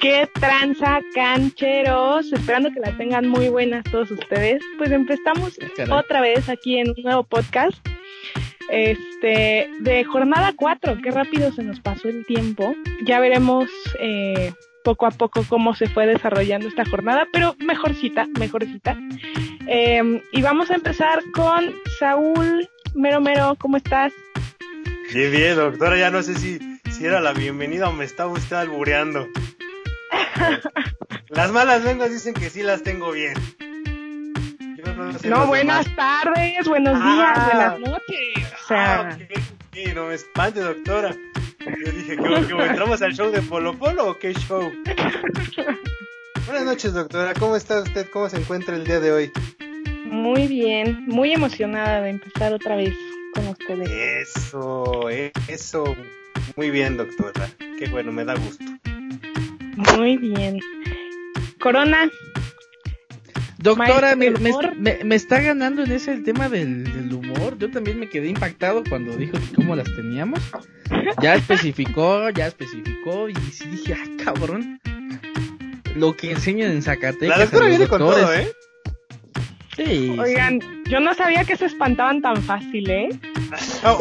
qué tranza, cancheros. Esperando que la tengan muy buenas todos ustedes. Pues empezamos Caray. otra vez aquí en un nuevo podcast. Este, de jornada 4, qué rápido se nos pasó el tiempo. Ya veremos eh, poco a poco cómo se fue desarrollando esta jornada, pero mejorcita, mejorcita. Eh, y vamos a empezar con Saúl Mero Mero, ¿cómo estás? Bien, bien, doctora, ya no sé si, si era la bienvenida o me estaba usted albureando. Las malas lenguas dicen que sí las tengo bien. Yo sé No, los buenas demás. tardes, buenos días, Ah. buenas noches. O sea, Ah, ok, ok, no me espante, doctora. Yo dije, ¿cómo, cómo, entramos al show de Polo Polo o qué show? Buenas noches, doctora. ¿Cómo está usted? ¿Cómo se encuentra el día de hoy? muy bien, muy emocionada de empezar otra vez con ustedes. Eso, eh, eso. Muy bien, doctora. Qué bueno, me da gusto. Muy bien. Corona, Doctora, me, Maestro me- del humor. me- me está ganando en ese el tema del, del humor. Yo también me quedé impactado cuando dijo que cómo las teníamos. Ya especificó, ya especificó y sí dije, ah, cabrón. Lo que enseñan en Zacatecas. La doctora a los viene con doctores. todo, ¿eh? Sí, sí. oigan, yo no sabía que se espantaban tan fácil, ¿eh? Oh.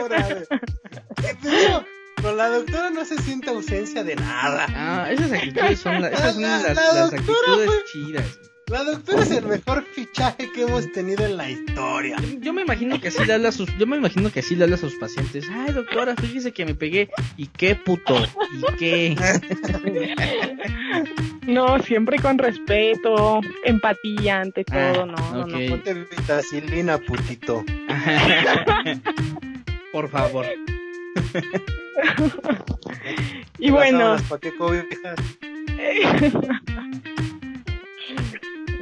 Órale. De hecho, Con la doctora no se siente ausencia de nada. Ah, esas actitudes son, la- esas son La- las, la las doctora actitudes fue- chidas. La doctora es el mejor fichaje que hemos tenido en la historia. Yo- Yo me imagino que así le habla a sus, yo me imagino que así le habla a sus pacientes. Ay, doctora, fíjese que me pegué. ¿Y qué puto? ¿Y qué? No, siempre con respeto, empatía ante todo, no, Ah, no, no. ok. Ponte vitacilina, putito. Por favor. Y bueno, ¿Para qué cobijas?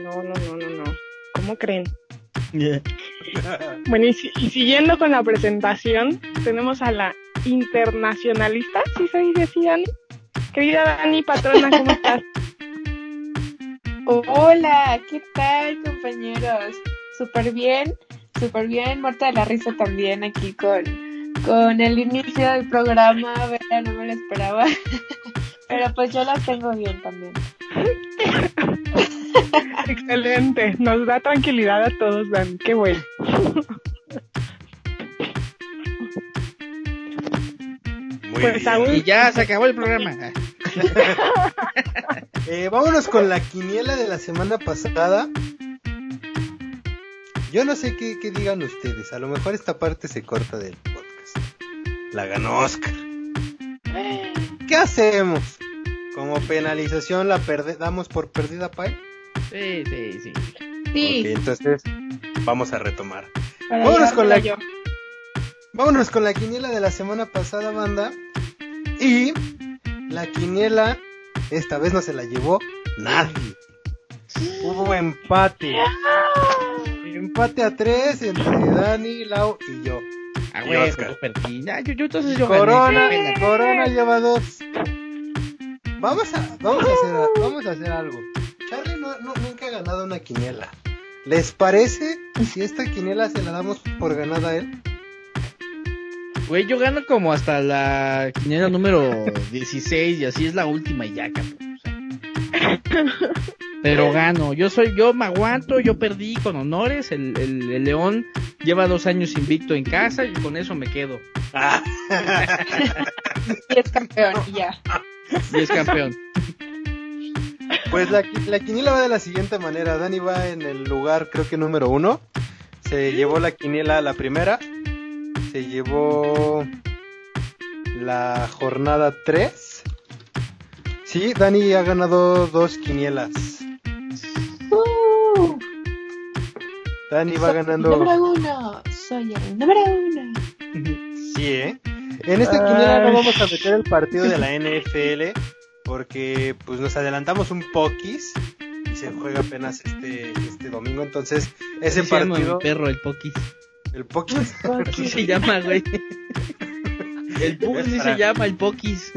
no, no, no, no, no. ¿Cómo creen? Bueno, y, si- y siguiendo con la presentación, tenemos a la internacionalista, si se dice así, Dani. Querida Dani, patrona, ¿cómo estás? Hola, ¿qué tal compañeros? Súper bien, súper bien, muerta de la risa también aquí con, con el inicio del programa, ¿verdad? no me lo esperaba, pero pues yo las tengo bien también. Excelente, nos da tranquilidad a todos, Dani, qué bueno. Muy Pues, Saúl. Y ya se acabó el programa. Eh, vámonos con la quiniela de la semana pasada. Yo no sé qué, qué digan ustedes. A lo mejor esta parte se corta del podcast. La ganó Oscar. ¿Qué hacemos? Como penalización la perde- damos por perdida, Pai. Sí, sí, sí. Ok, entonces vamos a retomar. para vámonos con la- llevármela Vámonos con la quiniela de la semana pasada, banda. Y la quiniela esta vez no se la llevó nadie. Hubo empate. Empate a tres entre Dani, Lau y yo. A Y huevo, Oscar. yo perdí. Ah, yo, yo entonces yo gané. Corona, Qué pena. Corona lleva dos. Vamos a, vamos a hacer, a- vamos a hacer algo. Charlie no, no- nunca ha ganado una quiniela. ¿Les parece si esta quiniela se la damos por ganada a él? Güey, yo gano como hasta la quiniela número 16 y así es la última y ya, cabrón. o sea. Pero gano, yo soy, yo me aguanto, yo perdí con honores, el, el- el león lleva dos años invicto en casa y con eso me quedo. y es campeón, y ya. Y es campeón. Pues la, qui- la quiniela va de la siguiente manera. Dani va en el lugar, creo que número uno. Se llevó la quiniela la primera. Se llevó la jornada 3. Sí, Dani ha ganado dos quinielas. Uh, Dani va soy ganando. Número uno, soy el número uno. Sí, ¿eh? En esta quiniela no vamos a meter el partido de la NFL porque pues nos adelantamos un poquis y se juega apenas este, este domingo, entonces ese Así se llama partido, mi perro, el Pokis. el poquis, Así se llama, güey. El Pokis sí se llama, el Pokis.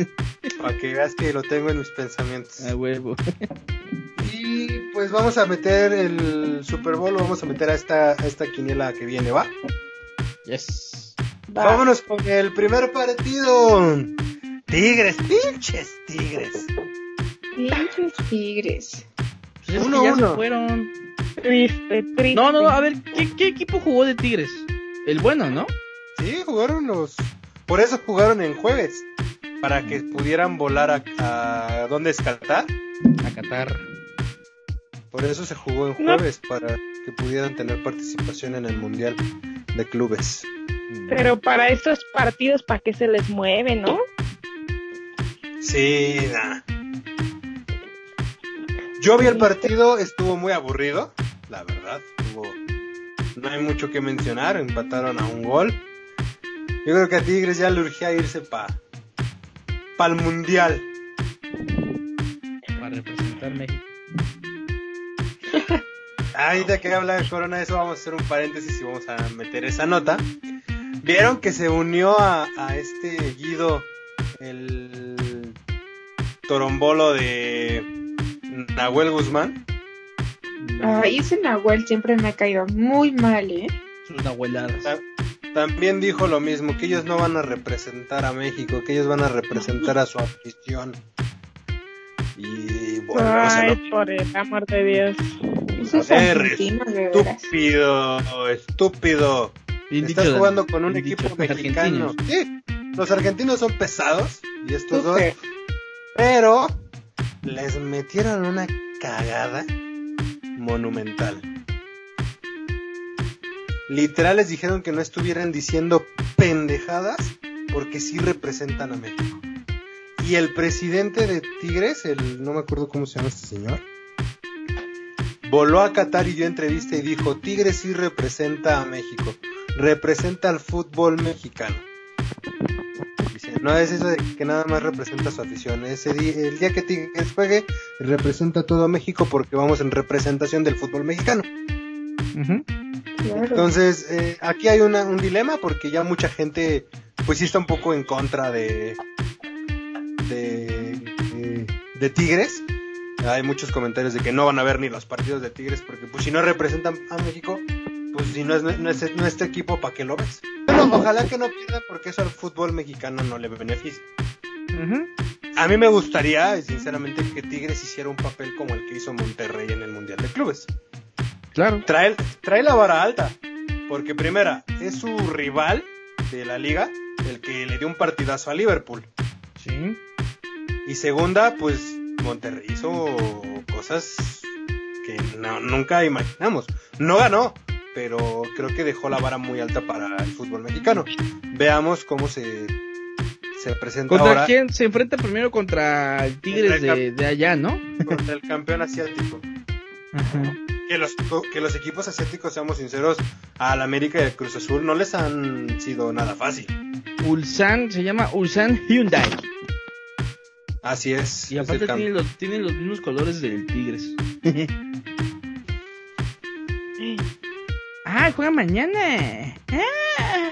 para que veas que lo tengo en mis pensamientos. A huevo. Y pues vamos a meter el Super Bowl, lo vamos a meter a esta, a esta quiniela que viene, ¿va? Yes. Va. Pues Oh. Vámonos con el primer partido. Tigres, pinches tigres. Pinches tigres. Pues es que Uno, ya se uno. fueron. Triste, triste. No, no, no, a ver, ¿qué, qué equipo jugó de Tigres? El bueno, ¿no? Sí, jugaron los. Por eso jugaron en jueves. Para que pudieran volar a, a donde es Qatar. A Qatar. Por eso se jugó en No. jueves. Para que pudieran tener participación en el Mundial de Clubes. Pero para estos partidos, ¿para qué se les mueve, no? Sí, nah. Yo vi el partido, estuvo muy aburrido. La verdad, estuvo. No hay mucho que mencionar. Empataron a un gol. Yo creo que a Tigres ya le urgía irse para. Para el Mundial. Para representar México. Ahorita que habla de Corona, eso vamos a hacer un paréntesis y vamos a meter esa nota. Vieron que se unió a, a este Guido, el torombolo de Nahuel Guzmán. Ay, ese Nahuel siempre me ha caído muy mal, ¿eh? Sus abueladas. Ta- También dijo lo mismo, que ellos no van a representar a México, que ellos van a representar a su afición. Y bueno, o sea, Ay, lo por el amor de Dios. Eso es Joder, argentino, de veras. estúpido, estúpido. Bien dicho, Estás Dani. jugando con un Bien dicho, equipo los mexicano. argentinos. Sí, los argentinos son pesados y estos dos, Súper. pero les metieron una cagada monumental. Literal les dijeron que no estuvieran diciendo pendejadas porque sí representan a México. Y el presidente de Tigres, el no me acuerdo cómo se llama este señor, voló a Qatar y dio entrevista y dijo, Tigres sí representa a México, representa al fútbol mexicano. Dice, no es eso de que nada más representa a su afición, ese di- el día que Tigres juegue representa a todo México porque vamos en representación del fútbol mexicano. Ujú. Claro. Entonces, eh, aquí hay una- un dilema porque ya mucha gente, pues sí está un poco en contra de, de, de- de Tigres. Hay muchos comentarios de que no van a ver ni los partidos de Tigres porque, pues, si no representan a México, pues, si no es nue- nuestro, nuestro equipo, ¿para qué lo ves? Pero ojalá que no pierdan porque eso al fútbol mexicano no le beneficia. Ujú. A mí me gustaría, sinceramente, que Tigres hiciera un papel como el que hizo Monterrey en el Mundial de Clubes Claro. trae, trae la vara alta. Porque primera, es su rival de la liga, el que le dio un partidazo a Liverpool. Sí. Y segunda, pues Monterrey hizo cosas que no- nunca imaginamos. No ganó, pero creo que dejó la vara muy alta para el fútbol mexicano. Veamos cómo se, se presenta ¿Contra ahora quién se enfrenta primero? Contra el Tigres Contra el de, de allá, ¿no? contra el campeón asiático. Que los, que los equipos asiáticos, seamos sinceros, al América y al Cruz Azul no les han sido nada fácil. Ulsan, se llama Ulsan Hyundai. Así es. Y es el aparte campeón. tiene los, tiene los mismos colores del Tigres. ah, juega mañana. Ah.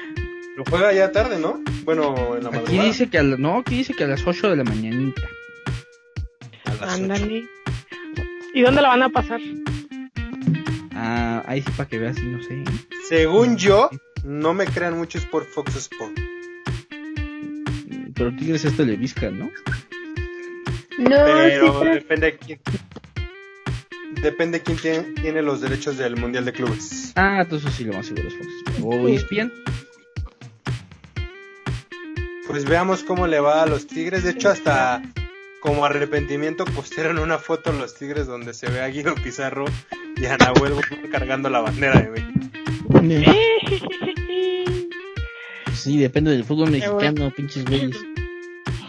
Lo juega ya tarde, ¿no? Bueno, en la Aquí madrugada. dice que a la- no, aquí dice que a las 8 de la mañanita. A las ocho. Ándale. ¿Y dónde la van a pasar? Ah, ahí sí para que veas, sí, no sé. Según yo, no me crean mucho es por Fox Sport. Pero Tigres es Televisca, ¿no? No, Pero sí, depende de quién. Depende quién tiene, tiene los derechos del Mundial de Clubes. Ah, entonces sí, lo más seguro es Fox. O E Sí. ESPN. Pues veamos cómo le va a los Tigres. De hecho, hasta como arrepentimiento postearon una foto los Tigres donde se ve a Guido Pizarro y a Nahuel Guzmán cargando la bandera de México. Sí, depende del fútbol bueno. mexicano, pinches güeyes.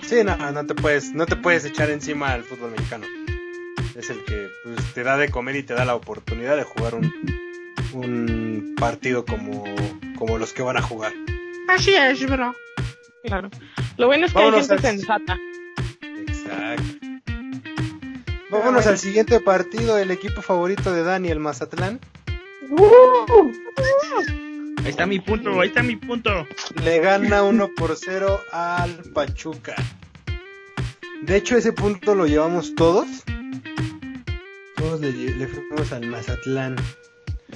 Sí, no, no te puedes, no te puedes echar encima al fútbol mexicano. Es el que pues, te da de comer y te da la oportunidad de jugar un, un partido como, como los que van a jugar. Así es, bro. Claro. Lo bueno es que Vámonos hay gente al- sensata. Exacto. Vámonos al siguiente partido, el equipo favorito de Dani, el Mazatlán. Uh, Ahí está mi punto, ahí está mi punto. Le gana 1 por 0 al Pachuca. De hecho, ese punto lo llevamos todos. Todos le, lle- le fuimos al Mazatlán.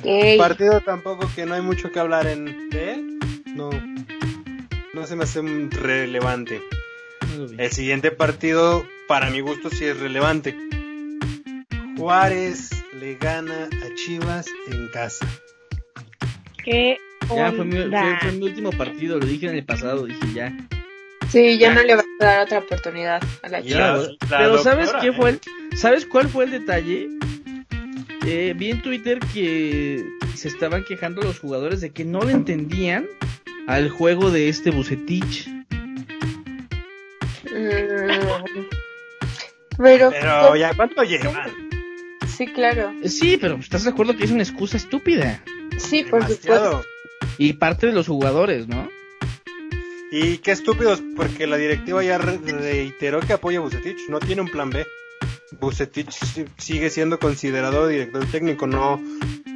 ey, partido tampoco que no hay mucho que hablar en de él. No, no se me hace relevante. lo vi. El siguiente partido, para mi gusto, sí es relevante. Juárez le gana a Chivas en casa. ¿Qué Ya fue mi, onda? fue- fue mi último partido, lo dije en el pasado, dije ya. Sí, ya no le vas a dar otra oportunidad a la Ya, chica. la- güey. la Pero ¿sabes doctora, qué eh. fue el, ¿Sabes cuál fue el detalle? Eh, vi en Twitter que se estaban quejando los jugadores de que no le entendían al juego de este Bucetich. Mm. Pero, pues, Pero ya, ¿cuánto llevan? sí, claro. Eh, Sí, pero estás de acuerdo que es una excusa estúpida. Sí, por supuesto. Demasiado. Y parte de los jugadores, ¿no? Y qué estúpidos, porque la directiva ya re- reiteró que apoya a Bucetich, no tiene un plan B. Bucetich si- sigue siendo considerado director técnico, no,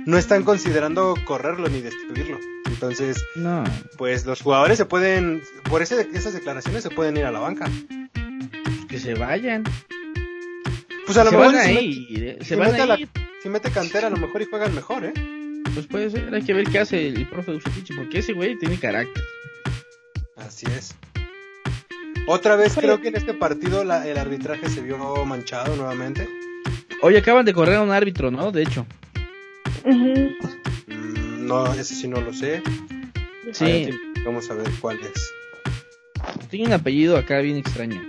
no están considerando correrlo ni destituirlo. Entonces, No. pues los jugadores se pueden, por ese- esas declaraciones se pueden ir a la banca. pues que se vayan. Pues a lo se mejor van a si, mete- ir. eh, si Se van mete a la- a ir. si mete cantera, a lo mejor y juegan mejor, ¿eh? Pues puede ser. Hay que ver qué hace el profe Bucetich. Porque ese güey tiene carácter. Así es. Otra vez Híjole. creo que en este partido la- el arbitraje se vio manchado nuevamente. Hoy acaban de correr a un árbitro, ¿no? De hecho. Ujú. Mm, no, ese sí no lo sé. Sí. Ahora sí, Vamos a ver cuál es. Tiene un apellido acá bien extraño.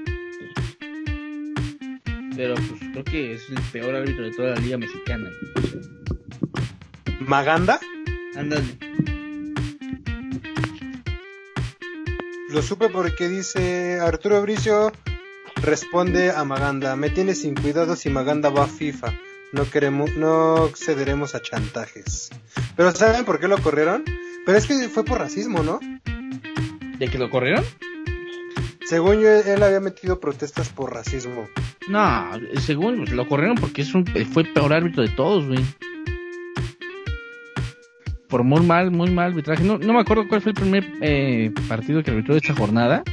Pero pues creo que es el peor árbitro de toda la liga mexicana. Maganda. Ándale. Lo supe porque dice Arturo Bricio responde a Maganda. Me tiene sin cuidado si Maganda va a FIFA. No queremos, no cederemos a chantajes. Pero ¿saben por qué lo corrieron? Pero es que fue por racismo, ¿no? ¿De que lo corrieron? Según yo, él había metido protestas por racismo. No, según pues, lo corrieron porque es un, fue el peor árbitro de todos, güey. Por muy mal, muy mal arbitraje. No, no me acuerdo cuál fue el primer eh, partido que arbitró de esta jornada.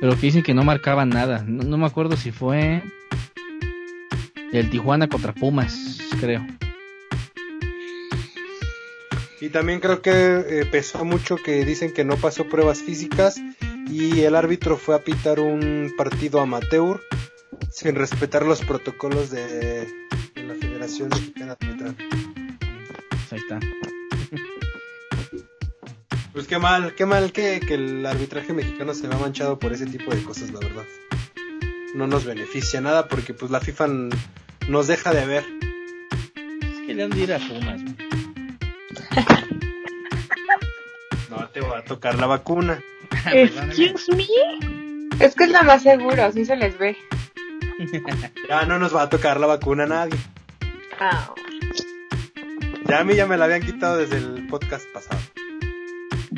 Pero que dicen que no marcaba nada. No, no me acuerdo si fue el Tijuana contra Pumas, creo. Y también creo que eh, pesó mucho que dicen que no pasó pruebas físicas y el árbitro fue a pitar un partido amateur sin respetar los protocolos de, de la Federación Mexicana de Arbitraje. Pues, ahí está. Pues qué mal, qué mal que, que el arbitraje mexicano se va manchado por ese tipo de cosas, la verdad. No nos beneficia nada porque pues la FIFA n- nos deja de ver. Es que le han de ir a Pumas. güey. No te va a tocar la vacuna. Excuse me. Es que es lo más seguro, sí se les ve. Ya no nos va a tocar la vacuna a nadie. Ah. Ya a mí ya me la habían quitado desde el podcast pasado.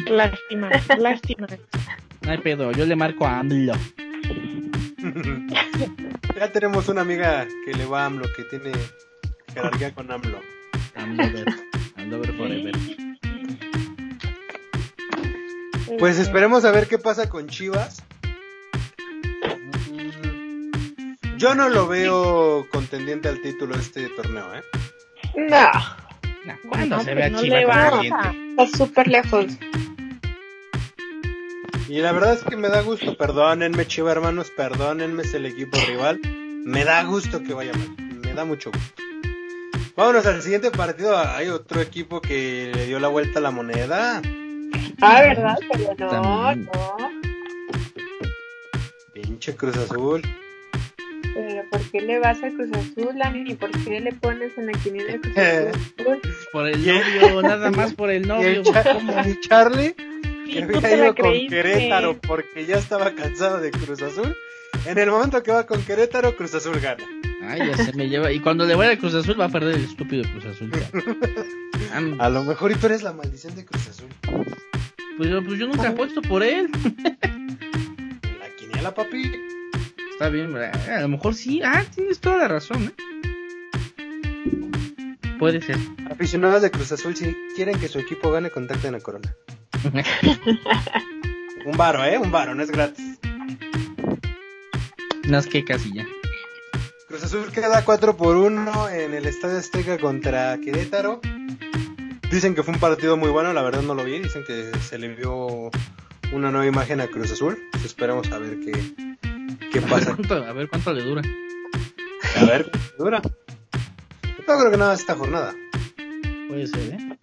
Lástima, lástima. No hay pedo, yo le marco a AMLO. ya tenemos una amiga que le va a AMLO, que tiene jerarquía con AMLO. AMLO ver. AMLO ver forever. Pues Este, esperemos a ver qué pasa con Chivas. Yo no lo veo contendiente al título de este torneo, ¿eh? No, Nah, ¿Cuándo No, se pues ve a no Chivas le va. contendiente? está súper lejos. Y la verdad es que me da gusto, perdónenme Chiva hermanos, perdónenme es el equipo rival. Me da gusto que vaya mal, me da mucho gusto. Vámonos al siguiente partido, hay otro equipo que le dio la vuelta a la moneda. Ah, ¿verdad? Pero no, También. no. Pinche Cruz Azul. Pero ¿por qué le vas a Cruz Azul, Ani? ¿Y por qué le pones en la quiniela de Cruz Azul? Por el Y el- novio, nada más por el y novio. el Char- y Charlie, Sí, que tú había te la ido con creíste. Querétaro porque ya estaba cansado de Cruz Azul. En el momento que va con Querétaro, Cruz Azul gana. Ay, ya se me lleva. Y cuando le vaya al Cruz Azul va a perder el estúpido Cruz Azul. ya. Am- A lo mejor y tú eres la maldición de Cruz Azul. Pues yo, pues yo nunca apuesto por él. La quiniela, papi. Está bien, ¿verdad? a lo mejor sí. Ah, tienes toda la razón. ¿eh? Puede ser. Aficionados de Cruz Azul, si quieren que su equipo gane, contacten a Corona. Un varo, ¿eh? Un varo, no es gratis. Unas quecas y ya. Cruz Azul queda 4 por 1 en el Estadio Azteca contra Querétaro. Dicen que fue un partido muy bueno, la verdad no lo vi. Dicen que se le vio una nueva imagen a Cruz Azul. pues esperemos a ver qué, qué pasa. ¿Cuánto- a ver cuánto le dura. A ver, dura. No creo que nada más esta jornada. Puede ser, ¿eh?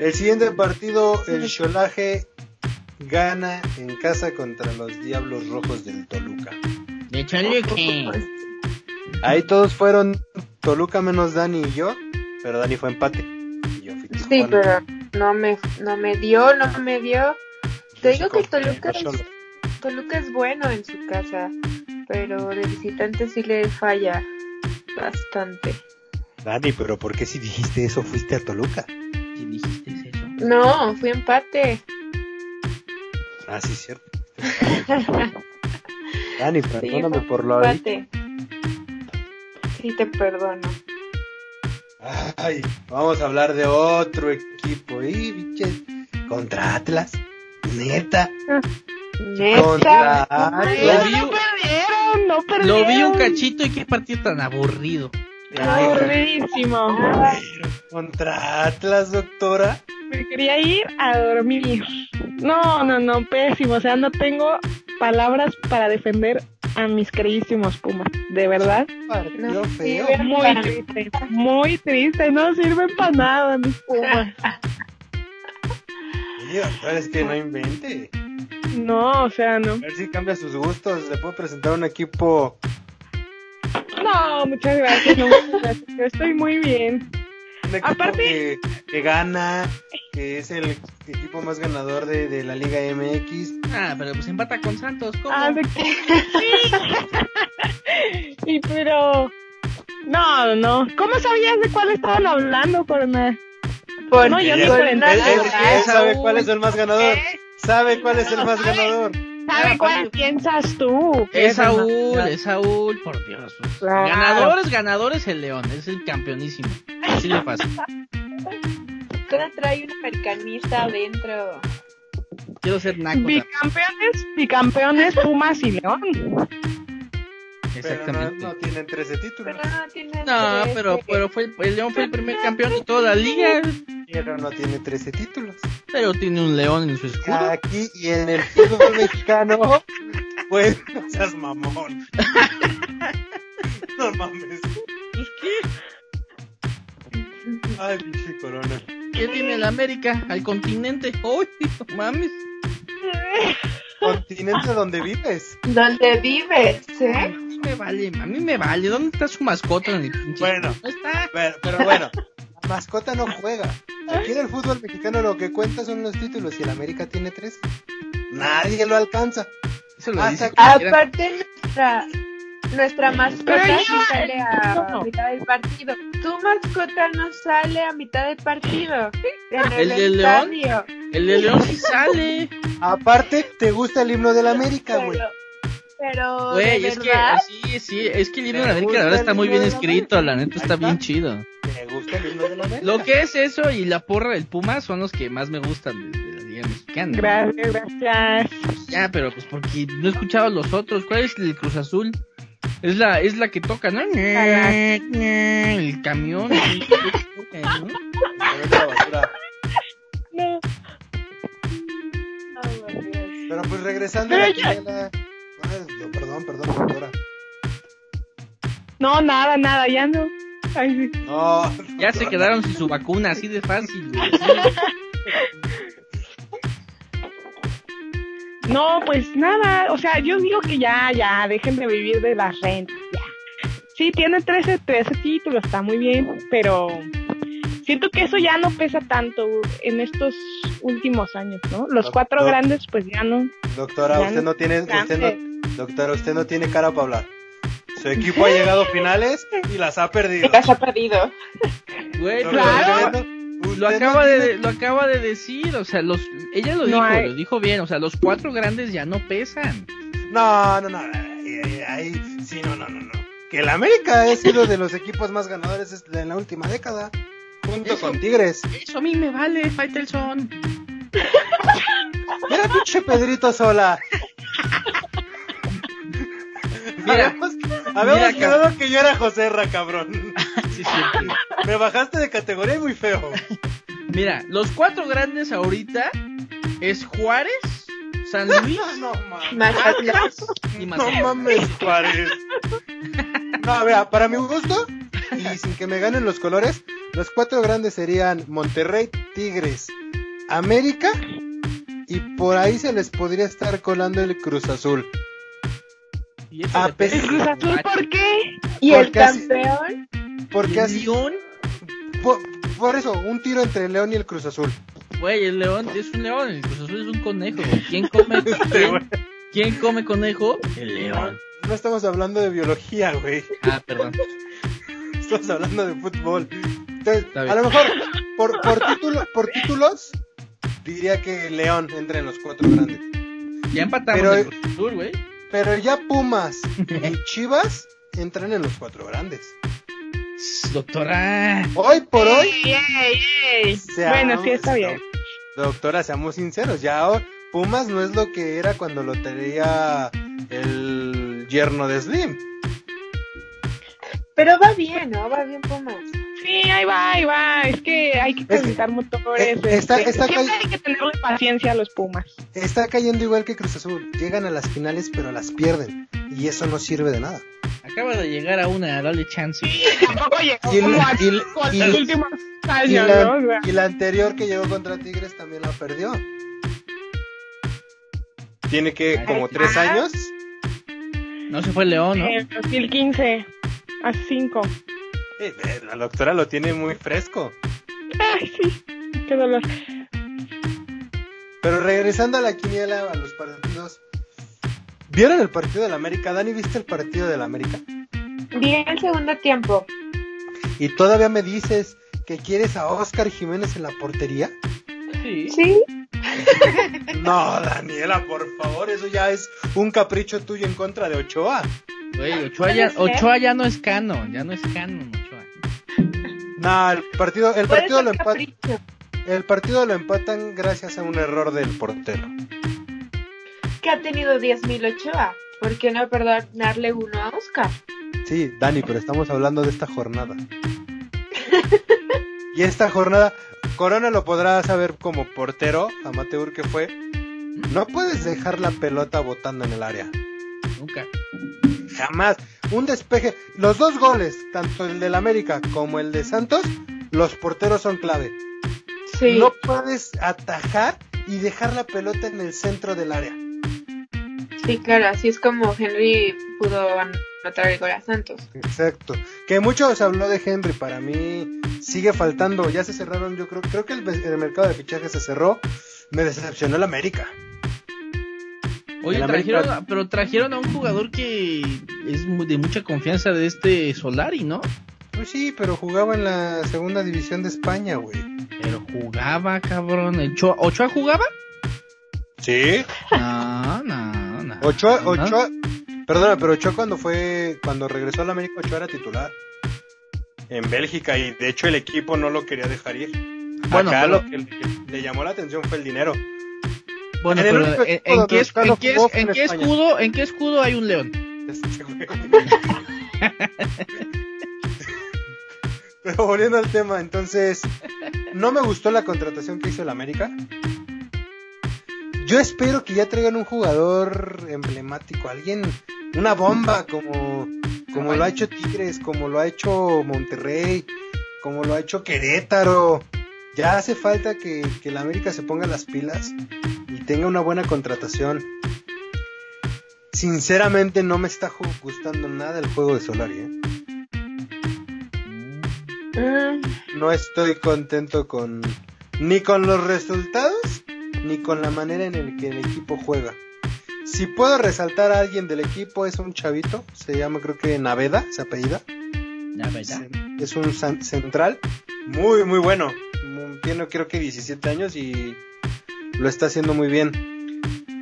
El siguiente partido, el Cholaje gana en casa contra los Diablos Rojos del Toluca. De Chaluque. Ahí todos fueron Toluca menos Dani y yo, pero Dani fue empate. Y yo fui Sí, Tijuana. pero no me, no me dio, no me dio. Te digo que Yo sí Toluca confío en es, Cholos. Toluca es bueno en su casa, pero de visitante sí le falla bastante. Dani, pero ¿por qué si dijiste eso fuiste a Toluca? Si dijiste eso. No, fui empate. Ah, sí, cierto. Dani, Sí, perdóname fue por lo dicho. empate. Sí, te perdono. Ay, vamos a hablar de otro equipo. Y, biche, contra Atlas. Neta. Neta. Atlas. vi- no perdieron, no perdieron. Lo vi un cachito y qué partido tan aburrido. Aburridísimo. Contra Atlas, doctora. Me quería ir a dormir. No, no, no, pésimo. O sea, no tengo palabras para defender a mis queridísimos Pumas. De verdad. Partido No, sí, feo. vean. Muy triste. Muy triste. No sirven para nada mis Pumas. Sí, doctora, es que no invente. No, o sea, no. A ver si cambia sus gustos. Le puedo presentar un equipo. No, muchas gracias. No, muchas gracias. Yo estoy muy bien. Un equipo Aparte- que, que gana. Que es el equipo más ganador de, de la Liga MX. Ah, pero pues empata con Santos. ¿Cómo? Ah, de- Sí. Y pero. No, no. ¿Cómo sabías de cuál estaban hablando, Corona? Por- No, yo ni por por nada. entrar. Él, él- él sabe Saúl. cuál es el más ganador. Sabe cuál es el más ganador. Eh, ¿Sabe Claro, cuál porque- piensas tú? Es Saúl, es Saúl, por Dios. pues. Claro. Ganadores, ganadores el León, es el campeonísimo. Así le pasa. Cada trae una mercanista adentro. Quiero ser naco. también. Bicampeones, bicampeones, Pumas y León. Pero no, Exactamente. no tienen 13 títulos. Pero no tiene No, tres, pero, eh. pero fue el, el León fue el primer campeón de toda la liga, Pero no tiene 13 títulos. pero tiene un león en su escudo. Aquí y en el fútbol mexicano, pues no seas mamón. No mames. Ay, pinche corona. ¿Qué tiene el América? Al continente. ¡Uy, no mames! Continente donde vives. ¿Dónde vives, A eh? mí me vale, a mí me vale. ¿Dónde está su mascota en el pinche? Bueno. no está. Pero, pero bueno, la mascota no juega. Aquí en el fútbol mexicano lo que cuenta son los títulos y el América tiene 13. Nadie lo alcanza. Eso lo Ah, dice saca- cualquiera. Aparte nuestra nuestra mascota Pero sí yo- sale a no. mitad del partido. Tu mascota no sale a mitad del partido. En el, ¿El de León? estadio. El de León sí sale. Aparte, te gusta el himno del América, güey. Pero, pero de Güey, es que verdad, sí, sí, es que el libro de Me la América, gusta la verdad, el está muy bien libro de la escrito, la neta Ahí está está. bien chido. Te gusta el himno del América. Lo que es eso y la porra del Puma son los que más me gustan de, de la Liga Mexicana. Gracias, gracias. Ya, pero pues porque no he escuchado los otros. ¿Cuál es el del Cruz Azul? Es la, es la que toca, ¿no? El camión. ¿no? No. no, güey, Dios. Pero pues regresando a la Pero ya- quiniela- Ay, yo- perdón, perdón, doctora. No, nada, nada, ya no. Ay, sí. No. Ya se quedaron sin su vacuna, así de fácil. güey, así. No, pues nada. O sea, yo digo que ya, ya, dejen de vivir de las rentas, ya. Sí, tiene 13, 13 títulos, está muy bien, pero siento que eso ya no pesa tanto en estos últimos años, ¿no? Los cuatro No. grandes, pues ya no. Doctora, Ya usted no- no tiene, usted no, doctora, usted no tiene cara para hablar. Su equipo ha llegado a finales y las ha perdido. Las ha perdido. Güey, pero- Claro. Usted Lo no acaba tiene- de lo acaba de decir, o sea, los ella lo No dijo, hay- lo dijo bien, o sea, los cuatro grandes ya no pesan. No, no, no. Ahí, ahí- ahí- sí, no, no, no, no. Que el América ha sido de los equipos más ganadores es- en la última década. Junto Eso. con Tigres. Eso a mí me vale, Faitelson. Mira, pinche Pedrito sola. Mira. habíamos habíamos Mira, quedado que yo era José Ra, cabrón. Sí, cierto. Me bajaste de categoría y muy feo. Mira, los cuatro grandes ahorita es Juárez, San Luis No mames. Ah, Mazatlán. No y Mazatlán. mames, Juárez. No, vea, para mi gusto, y sin que me ganen los colores, los cuatro grandes serían Monterrey, Tigres, América, y por ahí se les podría estar colando el Cruz Azul. Y este eso Ah, depende pues, ¿El Cruz Azul por qué? Y el Porque así- campeón, ¿Y Porque el así, León? por, por eso, un tiro entre el León y el Cruz Azul. Güey, el león es un león, el Cruz Azul es un conejo. güey. ¿Quién come, quién, quién come conejo? El león. No estamos hablando de biología, güey. Ah, perdón. Estamos hablando de fútbol. Entonces, Está bien. a lo mejor, por, por, título- por títulos, diría que León entre en los cuatro grandes. Ya empatamos Pero- el Cruz Azul, güey. Pero ya Pumas y Chivas entran en los cuatro grandes. Tss, Doctora. Hoy por hoy. Ey, ey, ey. seamos- Bueno, sí, está bien. Doctora, seamos sinceros, ya hoy Pumas no es lo que era cuando lo tenía el yerno de Slim. pero va bien, ¿no? Va bien Pumas. Sí, ahí va, ahí va. Es que hay que que- contar motores. eh, está- este, está siempre cal- hay que tenerle paciencia a los Pumas. Está cayendo igual que Cruz Azul. Llegan a las finales pero las pierden. Y eso no sirve de nada. Acaba de llegar a una, dale chance. Sí, tampoco llegó Y el- como a y el- cinco en y los el- últimos Y años, ¿no? O la, sea, y la anterior que llegó contra Tigres también la perdió. Tiene que como tres Ah. años. No se fue el león, ¿no? en 2015, a 5. Eh, eh, La doctora lo tiene muy fresco. Ay, sí, qué dolor. Pero regresando a la quiniela, a los partidos. ¿Vieron el partido del América? Dani, ¿viste el partido del América? Bien el segundo tiempo. Y todavía me dices que quieres a Oscar Jiménez en la portería. Sí. Sí, No, Daniela, por favor, eso ya es un capricho tuyo en contra de Ochoa. Güey, Ochoa ya, Puede ser. Ochoa ya no es canon, ya no es canon, Ochoa. No, el partido, el puede partido, ser lo empa- capricho. el partido lo empatan gracias a un error del portero. Que ha tenido 10.000 Ochoa. ¿Por qué no perdonarle uno a Oscar? Sí, Dani, pero estamos hablando de esta jornada. y esta jornada, Corona lo podrá saber como portero, amateur que fue. No puedes dejar la pelota botando en el área. Nunca. Jamás. Un despeje. Los dos goles, tanto el del América como el de Santos, los porteros son clave. Sí. No puedes atajar y dejar la pelota en el centro del área. Sí, claro, así es como Henry pudo anotar el gol a Santos. Exacto. Que muchos habló de Henry, para mí sigue faltando. Ya se cerraron, yo creo, creo que el, mes- el mercado de fichajes se cerró. Me decepcionó el América. Oye, El América- trajeron, a- pero trajeron a un jugador que es mu- de mucha confianza de este Solari, ¿no? Pues sí, pero jugaba en la segunda división de España, güey. Pero jugaba, cabrón. ¿El Cho- ¿Ochoa jugaba? Sí. No, no, no. Ochoa, no. Ochoa, perdona, pero Ochoa cuando fue, cuando regresó al América, Ochoa era titular. En Bélgica, y de hecho el equipo no lo quería dejar ir. Bueno, Acá pero- lo que le- le llamó la atención fue el dinero. Bueno, en el pero único ¿en, equipo en qué, es- donde en qué es- jugó fue en en qué España. escudo, en qué escudo hay un león? Este, güey. Pero volviendo al tema, entonces, no me gustó la contratación que hizo el América. Yo espero que ya traigan un jugador emblemático, alguien, una bomba, como, como lo ha hecho Tigres, como lo ha hecho Monterrey, como lo ha hecho Querétaro. Ya hace falta que, que el América se ponga las pilas y tenga una buena contratación. Sinceramente no me está ju- gustando nada el juego de Solari. ¿eh? Ah. No estoy contento con ni con los resultados ni con la manera en el que el equipo juega. Si puedo resaltar a alguien del equipo es un chavito, se llama creo que Naveda, se apellida. La verdad. Es un san- central muy muy bueno. Muy- Tiene creo que 17 años y lo está haciendo muy bien.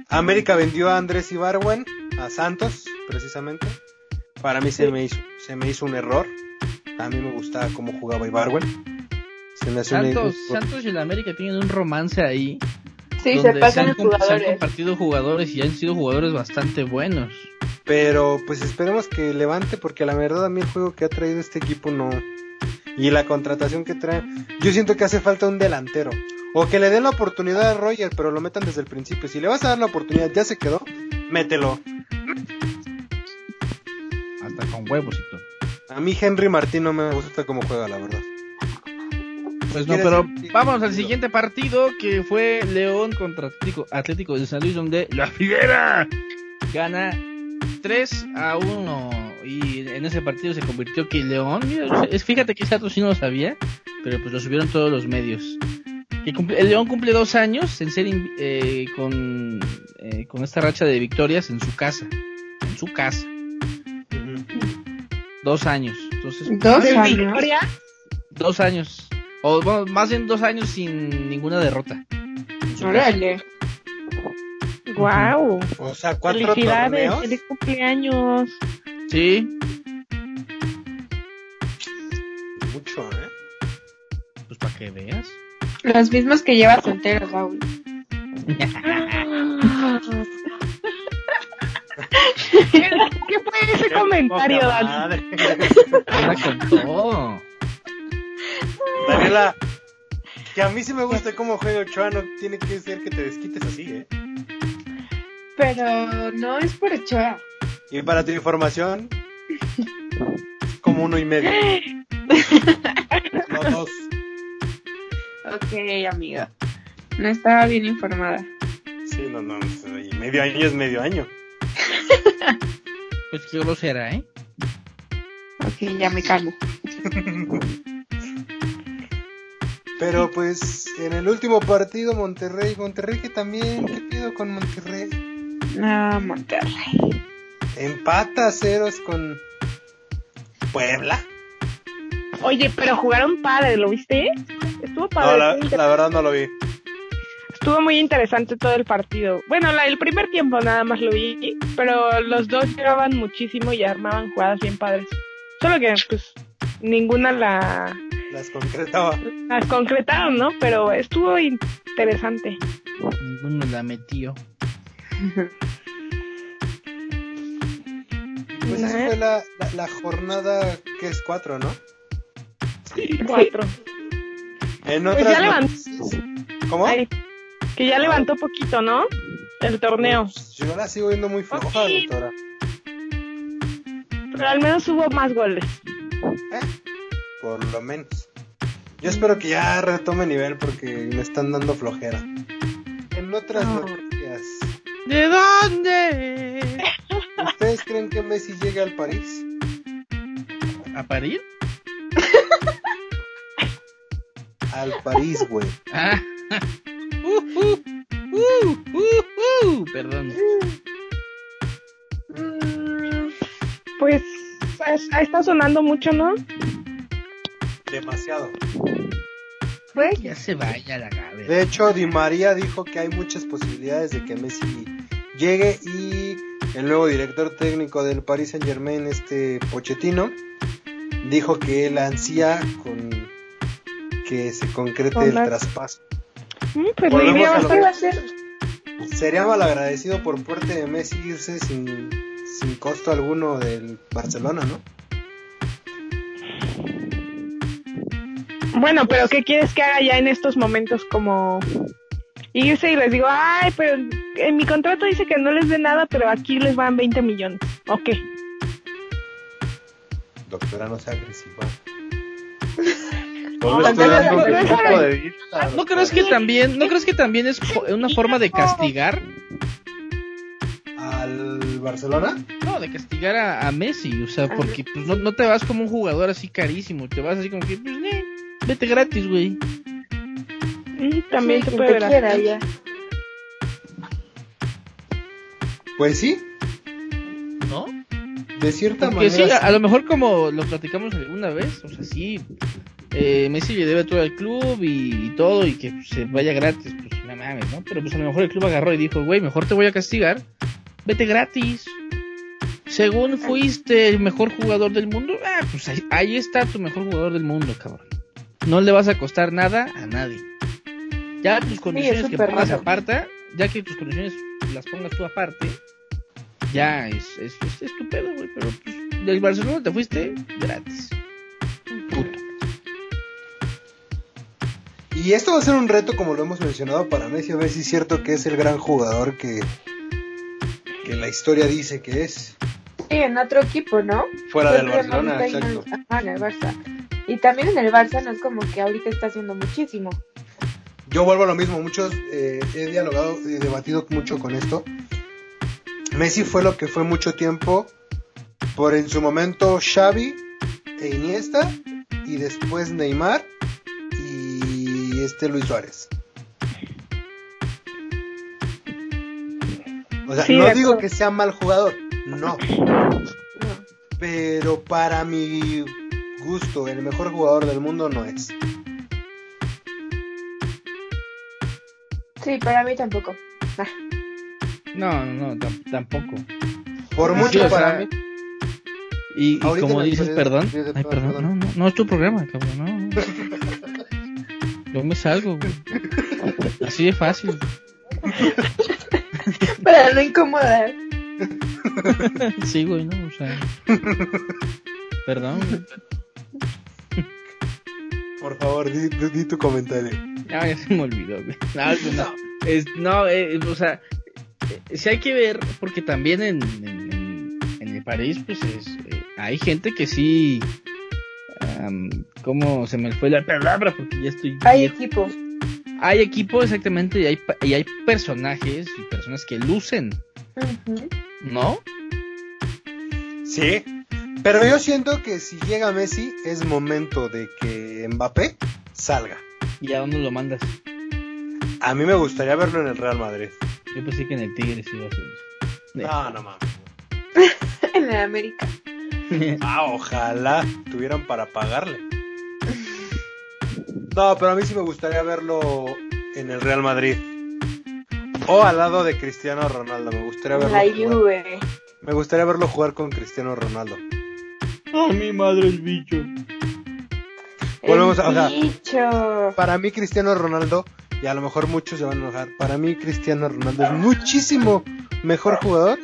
América vendió a Andrés Ibarwen a Santos precisamente. Para mí se me hizo se me hizo un error. A mí me gustaba cómo jugaba Ibarwen. Se me hace un- Santos, un- Santos y el América tienen un romance ahí. Sí, se donde pasan han los comp- Se han jugadores. compartido jugadores y han sido jugadores bastante buenos. pero pues esperemos que levante porque la verdad a mí el juego que ha traído este equipo no Y la contratación que traen. Yo siento que hace falta un delantero. O que le den la oportunidad a Roger, pero lo metan desde el principio. Si le vas a dar la oportunidad, ya se quedó, mételo. Hasta con huevos y todo. A mí Henry Martín no me gusta cómo juega, la verdad. Pues no, ¿Quieres pero decir- vamos al siguiente partido que fue León contra Atlético, Atlético de San Luis, donde la Figuera gana 3 a 1. Y en ese partido se convirtió que León, mira, es, fíjate que ese dato sí no lo sabía, pero pues lo subieron todos los medios. Que cumple- el León cumple dos años en ser in- eh, con, eh, con esta racha de victorias en su casa. En su casa. Dos años. Entonces, pues, Dos De años. victoria, dos años. O bueno, más bien dos años sin ninguna derrota. En su casa. Órale. wow. O sea, cuatro Felicidades, torneos. feliz cumpleaños. Sí, Mucho, ¿eh? pues para que veas. Los mismos que llevas enteros, Raúl. ¿Qué, qué fue ese comentario, Dani? Madre. Anda con todo. Daniela, que a mí sí me gusta cómo juega Ochoa, no tiene que ser que te desquites así, ¿eh? Pero no es por Ochoa. Y para tu información, como uno y medio. No dos. Ok, amiga. No estaba bien informada. Sí, no, no. Y medio año es medio año. Pues qué grosera, ¿eh? Ok, ya me calmo. Pero pues en el último partido Monterrey, Monterrey que también, ¿qué pido con Monterrey? No, Monterrey. Empata a ceros con Puebla. Oye, pero jugaron padre, ¿lo viste? Estuvo padre. No, la, estuvo inter- la verdad no lo vi. Estuvo muy interesante todo el partido. Bueno, la- el primer tiempo nada más lo vi, pero los dos llevaban muchísimo y armaban jugadas bien padres. Solo que, pues, ninguna la, Las concretaba. las concretaron, ¿no? Pero estuvo interesante. Ninguno la metió. Pues esa fue la, la- la jornada que es cuatro, ¿no? Cuatro. En Pues otras ya levantó. noticias- ¿Cómo? Ay, que ya levantó poquito, ¿no? El torneo. Pues, Yo la sigo viendo muy floja, Poquito. doctora. Pero al menos hubo más goles. Por lo menos. Yo espero que ya retome nivel porque me están dando flojera. En otras No. noticias, ¿De dónde? ¿ustedes creen que Messi llegue al París? ¿A París? Al París, güey. Ah. Uh, uh, uh, uh, uh. Perdón. Mm, Pues es- está sonando mucho, ¿no? Demasiado. Pues, Ya se vaya la cabeza. De hecho, Di María dijo que hay muchas posibilidades de que Messi llegue y el nuevo director técnico del Paris Saint Germain, este Pochettino, dijo que él ansía con que se concrete el Hola. traspaso. Mm, Pues la Volvemos idea va a a lo ser- ¿qué va a ser? Sería malagradecido por parte de Messi irse sin, sin costo alguno del Barcelona, ¿no? Bueno, pero ¿qué quieres que haga ya en estos momentos como irse y les digo, ay, pero en mi contrato dice que no les dé nada, pero aquí les van 20 millones? ¿O qué? Doctora, no sea agresiva. No, estoy no, dando no, mi no, punto no, de vista, ¿No crees que doctora. también, no crees que también es jo- una forma de castigar? al Barcelona? No, de castigar a, a Messi, o sea, porque pues no, no te vas como un jugador así carísimo, te vas así como que, pues, eh, vete gratis, güey. Mm, También Sí, se quien puede te ver. quiera, ya. Pues sí, ¿No? de cierta Porque sí, manera. a, sí. a lo mejor como lo platicamos alguna vez, o sea, sí, eh, Messi le debe todo al club y, y todo, y que pues, se vaya gratis, pues no mames, ¿no? Pero pues a lo mejor el club agarró y dijo, güey, mejor te voy a castigar, vete gratis. Según fuiste el mejor jugador del mundo, ah, pues ahí, ahí está tu mejor jugador del mundo, cabrón. No le vas a costar nada a nadie. Ya tus condiciones que Ah, súper pongas raro. aparte, ya que tus condiciones las pongas tú aparte, ya es, es, es, es tu pedo, güey, pero pues, del Barcelona te fuiste gratis. Puto. Y esto va a ser un reto, como lo hemos mencionado, para Messi, a ver si es cierto que es el gran jugador que, que la historia dice que es. Sí, en otro equipo, ¿no? Fuera del Siempre Barcelona, Mbappé no- exacto. Ajá, en el Barça. Y también en el Barça no es como que ahorita está haciendo muchísimo. Yo vuelvo a lo mismo, muchos eh, he dialogado y debatido mucho con esto. Messi fue lo que fue mucho tiempo por en su momento Xavi e Iniesta y después Neymar y este Luis Suárez. O sea, Sí, no de digo acuerdo. que sea mal jugador, no, No. pero para mi gusto el mejor jugador del mundo no es. Sí, para mí tampoco. No, no, no, tam- tampoco. Por Sí, mucho o sea, para mí. Y, y Ahorita como me dices, quedé- perdón. quedé de Ay, todo, perdón. perdón. No, no, no es tu programa, cabrón. No, no. Yo me salgo, güey. Así de fácil. Para no incomodar. Sí, güey, no, o sea. Perdón. güey. Por favor, di, di- di tu comentario. No, ya se me olvidó, güey. No, pues no. Es, no, eh, o sea, eh, sí hay que ver, porque también en, en, en- en el París, pues es, eh, hay gente que sí. como ¿Cómo se me fue la palabra? Porque ya estoy. Hay viejo. equipo. Hay equipo, exactamente, y hay, pa- y hay personajes y personas que lucen, Ujú. ¿no? Sí. Pero yo siento que si llega Messi, es momento de que Mbappé salga. ¿Y a dónde lo mandas? A mí me gustaría verlo en el Real Madrid. Yo pensé que en el Tigres iba a ser eso. No, no mames. En el América. Ah, ojalá tuvieran para pagarle. No, pero a mí sí me gustaría verlo en el Real Madrid. O al lado de Cristiano Ronaldo. Me gustaría verlo, La jugar. Juve. Me gustaría verlo jugar con Cristiano Ronaldo. ¡Ay, Ah, mi madre el bicho! Volvemos El a- o sea- bicho. Para mí Cristiano Ronaldo, y a lo mejor muchos se van a enojar, para mí Cristiano Ronaldo es muchísimo mejor jugador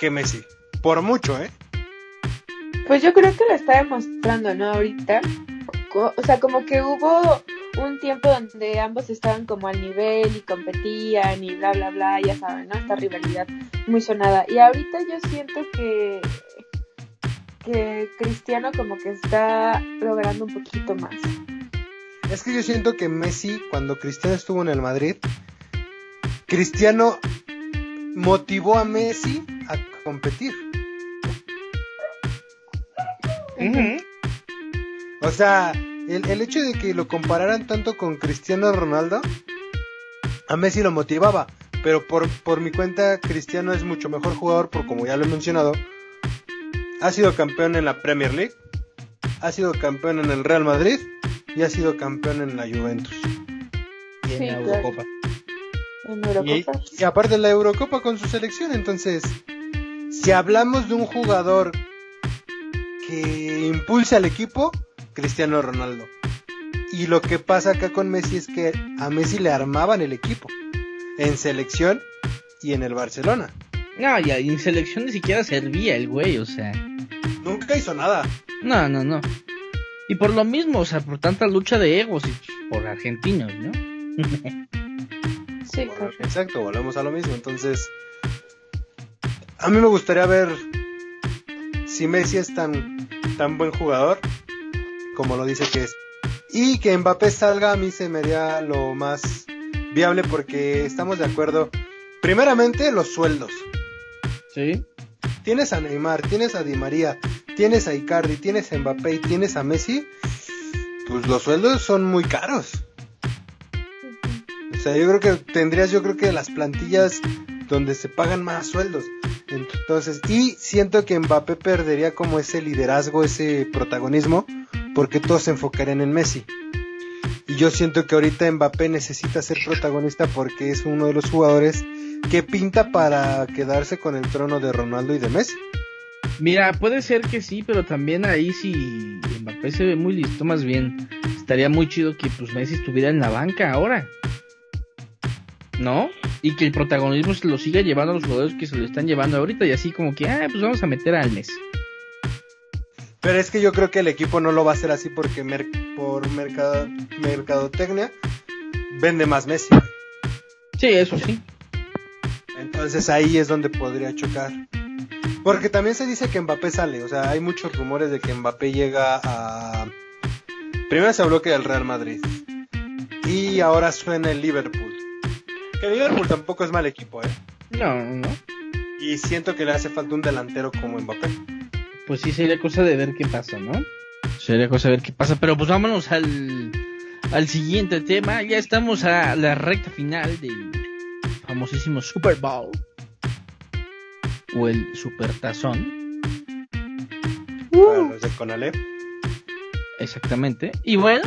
que Messi. Por mucho, ¿eh? Pues yo creo que lo está demostrando, ¿no? Ahorita. Co- O sea, como que hubo un tiempo donde ambos estaban como al nivel y competían y bla, bla, bla, ya saben, ¿no? Esta rivalidad muy sonada. Y ahorita yo siento que, que Cristiano como que está logrando un poquito más. Es que yo siento que Messi, cuando Cristiano estuvo en el Madrid, Cristiano motivó a Messi a competir. O sea, el, el hecho de que lo compararan tanto con Cristiano Ronaldo, a Messi lo motivaba. Pero por, por mi cuenta, Cristiano es mucho mejor jugador, por como ya lo he mencionado. Ha sido campeón en la Premier League, ha sido campeón en el Real Madrid y ha sido campeón en la Juventus. Y en Sí, la claro. Eurocopa. En Y, Eurocopa. y aparte la Eurocopa con su selección, entonces, si hablamos de un jugador que impulsa al equipo, Cristiano Ronaldo. Y lo que pasa acá con Messi es que a Messi le armaban el equipo en selección y en el Barcelona. No, y en selección ni siquiera servía el güey, o sea. Nunca hizo nada. No, no, no. Y por lo mismo, o sea, por tanta lucha de egos y por argentinos, ¿no? Sí, Bueno, correcto. exacto, volvemos a lo mismo. Entonces, a mí me gustaría ver si Messi es tan, tan buen jugador como lo dice que es. Y que Mbappé salga a mí se me haría lo más viable porque estamos de acuerdo. Primeramente, los sueldos. Sí. Tienes a Neymar, tienes a Di María, tienes a Icardi, tienes a Mbappé y tienes a Messi. Pues los sueldos son muy caros. O sea, yo creo que tendrías, yo creo que las plantillas donde se pagan más sueldos. Entonces, y siento que Mbappé perdería como ese liderazgo, ese protagonismo, porque todos se enfocarían en Messi. Y yo siento que ahorita Mbappé necesita ser protagonista porque es uno de los jugadores que pinta para quedarse con el trono de Ronaldo y de Messi. Mira, puede ser que sí, pero también ahí si Mbappé se ve muy listo, más bien estaría muy chido que pues Messi estuviera en la banca ahora. ¿No? Y que el protagonismo se lo siga llevando a los jugadores que se lo están llevando ahorita y así como que, ah, pues vamos a meter al Messi. Pero es que yo creo que el equipo no lo va a hacer así porque mer- por mercado, mercadotecnia, vende más Messi. Sí, eso sí. Entonces ahí es donde podría chocar. Porque también se dice que Mbappé sale, o sea, hay muchos rumores de que Mbappé llega a... Primero se habló que al Real Madrid. Y ahora suena el Liverpool. Que el Liverpool tampoco es mal equipo, ¿eh? No, no. Y siento que le hace falta un delantero como Mbappé. Pues sí, sería cosa de ver qué pasa, ¿no? Sería cosa de ver qué pasa. Pero pues vámonos al, al siguiente tema. Ya estamos a la recta final del famosísimo Super Bowl. O el Super Tazón. Para Uh, los de Conalep. Exactamente. Y bueno,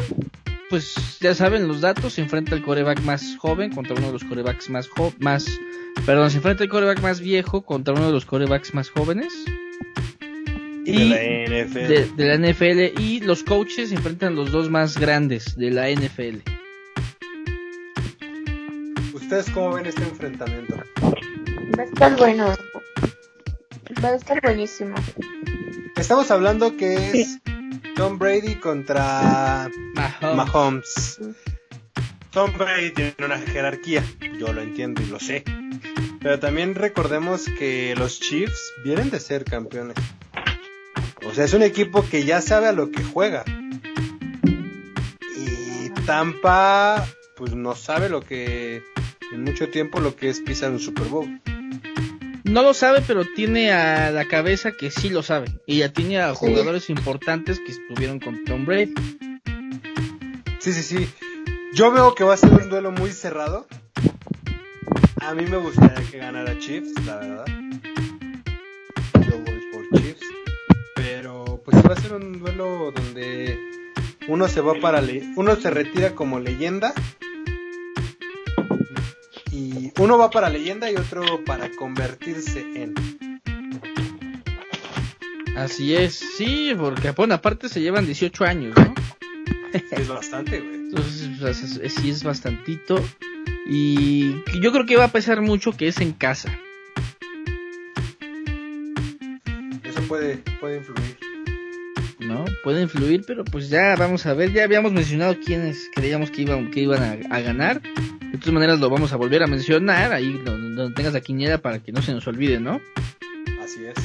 pues ya saben los datos. Se enfrenta el coreback más joven contra uno de los corebacks más jo- más Perdón, se enfrenta el coreback más viejo contra uno de los corebacks más jóvenes. Y de la NFL. de, de la NFL y los coaches se enfrentan los dos más grandes de la NFL. ¿Ustedes cómo ven este enfrentamiento? Va a estar bueno. Va a estar buenísimo. Estamos hablando que es Tom Brady contra Mahomes. Mahomes. Tom Brady tiene una jerarquía, yo lo entiendo y lo sé. Pero también recordemos que los Chiefs vienen de ser campeones. O sea, es un equipo que ya sabe a lo que juega. Y Tampa, pues no sabe lo que en mucho tiempo lo que es pisar un Super Bowl. No lo sabe, pero tiene a la cabeza que sí lo sabe. Y ya tiene a jugadores importantes que estuvieron con Tom Brady. Sí, sí, sí. Yo veo que va a ser un duelo muy cerrado. A mí me gustaría que ganara Chiefs, la verdad. Yo voy por Chiefs. Pero pues va a ser un duelo donde uno se va para le- uno se retira como leyenda. Y uno va para leyenda y otro para convertirse en. Así es, sí, porque bueno, aparte se llevan 18 años, ¿no? Es bastante, güey. Entonces, pues, es- es- sí es bastantito. Y yo creo que va a pesar mucho que es en casa. Eso puede, puede influir. ¿no? Puede influir, pero pues ya vamos a ver. Ya habíamos mencionado quiénes creíamos que iban, que iban a, a ganar. De todas maneras lo vamos a volver a mencionar ahí donde, donde tengas la quiniela para que no se nos olvide, ¿no? Así es.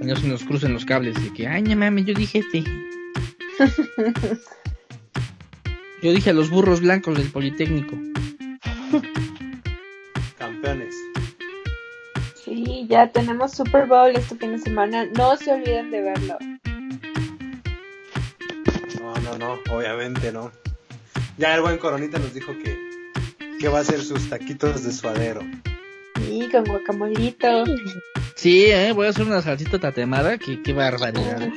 Y no se nos crucen los cables de que, ay, no mames, yo dije este. yo dije a los burros blancos del Politécnico. Campeones. Sí, ya tenemos Super Bowl este fin de semana. No se olviden de verlo. No, no, no, obviamente no. Ya el buen Coronita nos dijo que, que va a hacer sus taquitos de suadero. Sí, con guacamolito. Sí, eh, voy a hacer una salsita tatemada, que qué barbaridad. eh.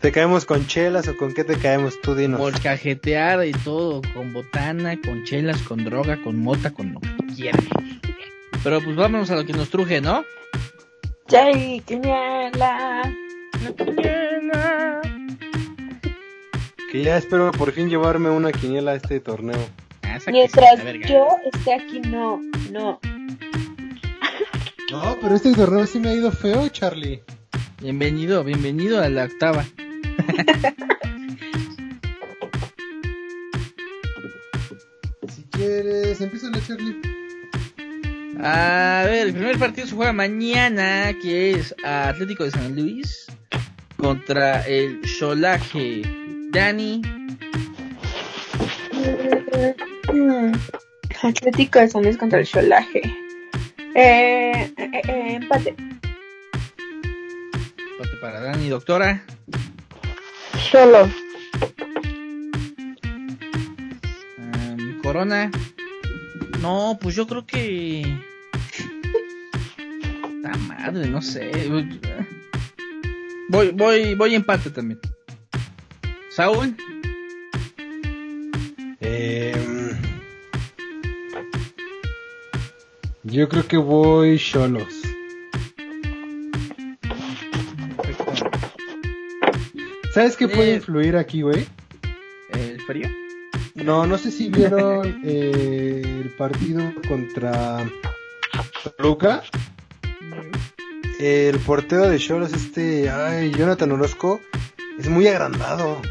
¿Te caemos con chelas o con qué te caemos tú, dinos? Molcajeteada y todo, con botana, con chelas, con droga, con mota, con lo que quieras. Pero pues vámonos a lo que nos truje, ¿no? Jay, quiniela. Que ya espero por fin llevarme una quiniela a este torneo. Ah, esa que sí, Mientras la verga. yo esté aquí, no, no. No, pero este torneo sí me ha ido feo, Charlie. Bienvenido, bienvenido a la octava. Si quieres, empieza la Charlie. A ver, el primer partido se juega mañana, que es Atlético de San Luis contra el Solaje. Dani, Mm. Atlético de San Luis contra el Cholaje. Eh, eh, eh, empate. empate para Dani, doctora. Solo. Am, corona. No, pues yo creo que. La madre, no sé. Voy, voy, voy empate también. Saúl, Em, yo creo que voy Cholos. ¿Sabes qué puede influir aquí, güey? el frío. No, no sé si vieron eh, el partido contra Toluca. El portero de Cholos, este, ay, Jonathan Orozco, es muy agrandado.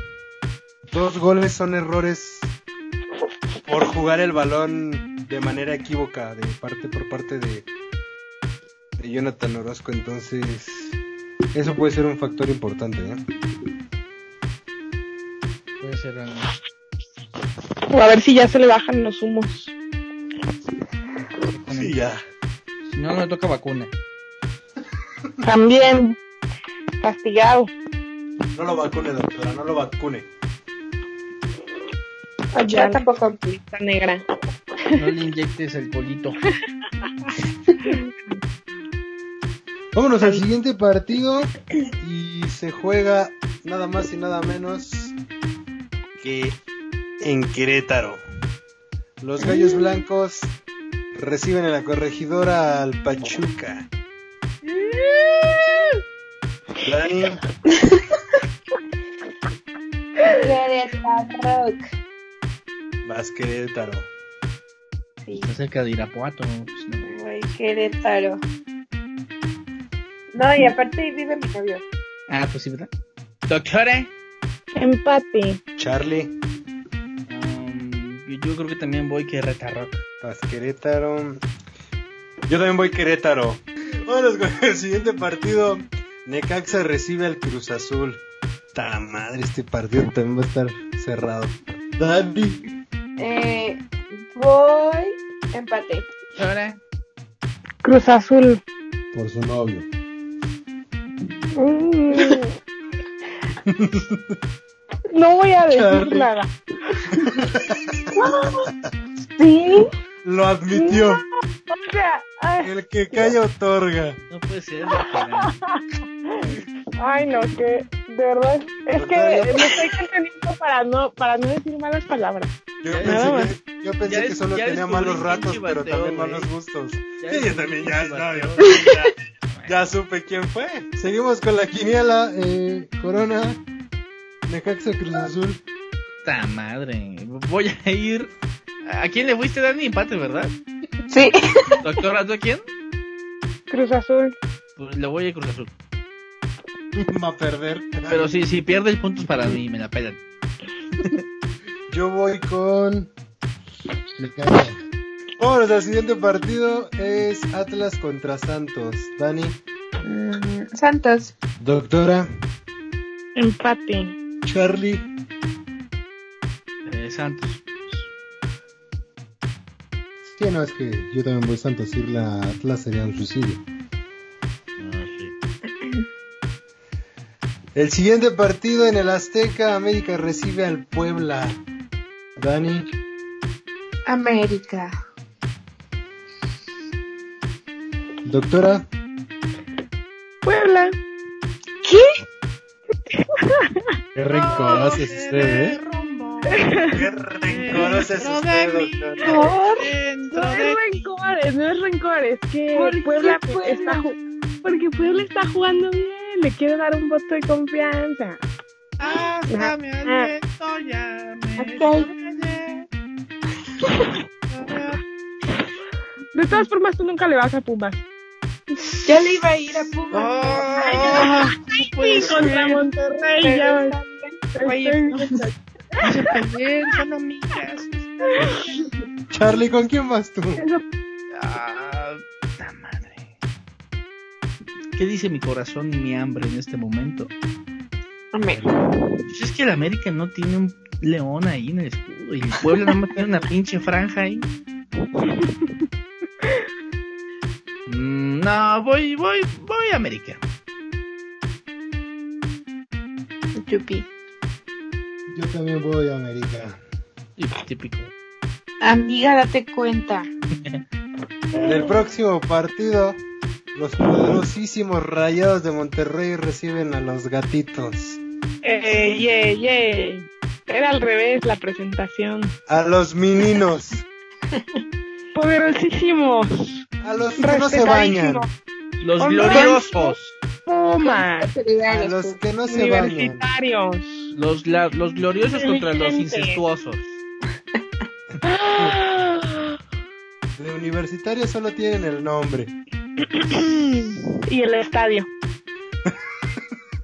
Dos goles son errores por jugar el balón de manera equívoca de parte por parte de, de Jonathan Orozco. Entonces, eso puede ser un factor importante. ¿eh? Puede ser algo. O a ver si ya se le bajan los humos. Con el- ya. Si no, no le toca vacuna. También castigado. No lo vacune, doctora, no lo vacune. Yo tampoco. Lista negra. No le inyectes el colito. Vámonos al siguiente partido y se juega nada más y nada menos que en Querétaro. Los Gallos Blancos reciben en la corregidora al Pachuca. Dani, Querétaro. vas Querétaro. Sí, Está cerca de Irapuato. ¿no? Pues no. güey, Querétaro. No, y aparte ahí vive mi novio. Ah, pues sí, ¿verdad? Doctora. Empate. Charlie, Um, yo creo que también voy que retarrock. vas Querétaro. Yo también voy Querétaro. Vámonos con el siguiente partido. Necaxa recibe al Cruz Azul. Ta madre, este partido también va a estar cerrado. Dani. Eh, voy empate. Doctora. Cruz Azul. por su novio. Mm. no voy a decir Charlie. nada. sí. Lo admitió. O sea, ay, El que calla otorga. No puede ser, doctora. ay, no, que de verdad es que Natalia. me estoy conteniendo para no para no decir malas palabras. Yo Ya nada pensé, que, yo pensé Ya que des- solo ya tenía descubrí malos quién ratos, pero chivateó, también güey. malos gustos. Ya Sí, yo descubrí también quién ya, no, chivateó. ya, ya supe quién fue. Seguimos con la quiniela. eh, Corona, Necaxa Cruz Azul. Puta madre. Voy a ir. ¿A quién le fuiste, Dani? Empate, ¿verdad? Sí. Doctora, ¿tú a quién? Cruz Azul. Pues le voy a Cruz Azul. Va a perder. Pero sí, si pierdes puntos para mí, me la pelan. Yo voy con. Necaxa. Vámonos al siguiente partido. Es Atlas contra Santos. Dani. Mm, Santos. Doctora. Empate. Charlie. Eh, Santos. Sí, no, es que yo también voy Santos. Ir la Atlas sería un suicidio. Ah, sí. El siguiente partido en el Azteca, América recibe al Puebla. Dani, América. doctora, Puebla. qué rencoroso es usted, ¿eh? Qué rencoroso es usted, doctora. No es rencores, no es rencores. Que ¿Por qué Puebla, Puebla? está ju- porque Puebla está jugando bien. Le quiero dar un voto de confianza. Hazme aliento, ya me Ok. desmayé. De todas formas, tú nunca le vas a Pumas. Ya le iba a ir a Pumas. Ah, no puede Sí, contra ser. Monterrey. Pero ya está bien. Oye, estoy- Bien, son amigas. Charlie, ¿con quién vas tú? Ah, puta madre. ¿Qué dice mi corazón y mi hambre en este momento? América. Pues es que el América no tiene un león ahí en el escudo y el Puebla nada más tiene una pinche franja ahí. Mm, No, voy, voy, voy a América. Yupi. Yo también voy a América. Y, pues, Típico. Amiga, date cuenta. En el próximo partido, los poderosísimos rayados de Monterrey reciben a los gatitos. Eh, yeah, yeah. Era al revés la presentación. A los meninos. Poderosísimos. A los que no se bañan. Los Hola. gloriosos. Pumas. A los que no se bañan. Universitarios. Los, la- los gloriosos contra los Inteligentes. incestuosos. Ah. De universitarios solo tienen el nombre. y el estadio.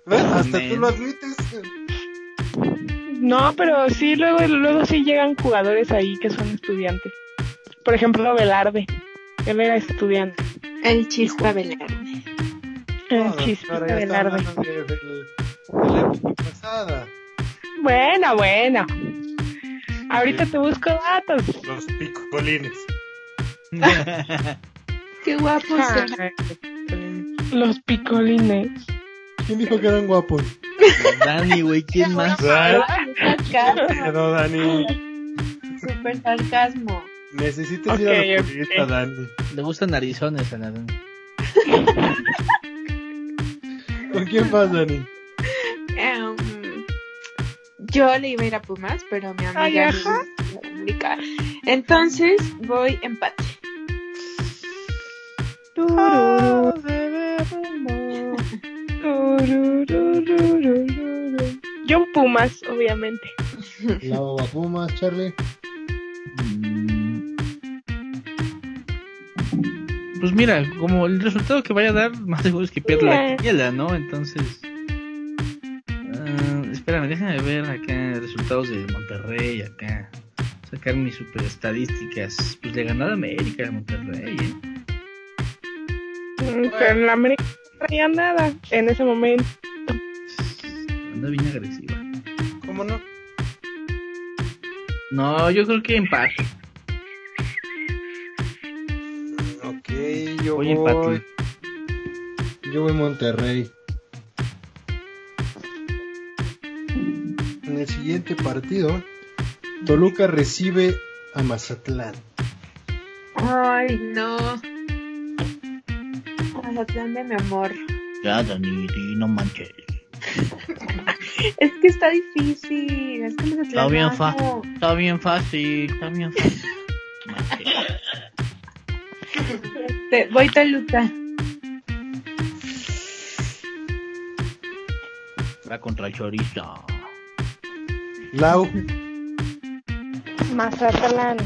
¿Ves? Hasta Amén. tú lo admites. No, pero sí, luego, luego sí llegan jugadores ahí que son estudiantes. Por ejemplo, Velarde. Él era estudiante. El chispa Velarde. Era No, chispita doctora, ya está Velarde. hablando de- de- de la época pasada. Bueno, bueno. Ahorita te busco datos. Los picolines. Qué guapo. Ah, Los picolines. ¿Quién dijo que eran guapos? Dani, güey, ¿quién más? Sarcasmo. No, Dani. Super sarcasmo. Necesitas Ok, ir a la ok. oculista, Dani. Le gustan narizones a la Dani. ¿Con quién vas, Dani? Em, yo le iba a ir a Pumas, pero mi amiga Ay, me ajá. dijo que América. Entonces voy empate. Ah, Yo Pumas, obviamente. La Pumas, Charlie. Mm. Pues mira, como el resultado que vaya a dar, más seguro es que pierda Mira. la quiniela, ¿no? Entonces. ah, espérame, déjame ver acá resultados de Monterrey, acá. Sacar mis super estadísticas. Pues le ganó a la América a Monterrey, ¿eh? Pero en la América no traía nada en ese momento. Anda bien agresiva. ¿Cómo no? No, yo creo que empate. Ok, yo Voy empate. voy. Yo voy Monterrey. En el siguiente partido. Partido. Toluca recibe a Mazatlán. Ay, no. Mazatlán de mi amor. Ya, Dani, no manches. Es que está difícil. Es que Mazatlán Está bien no. fácil. Está bien fácil, está bien fácil. Te- voy Toluca. Va contra el chorizo. Lau, Mazatlán.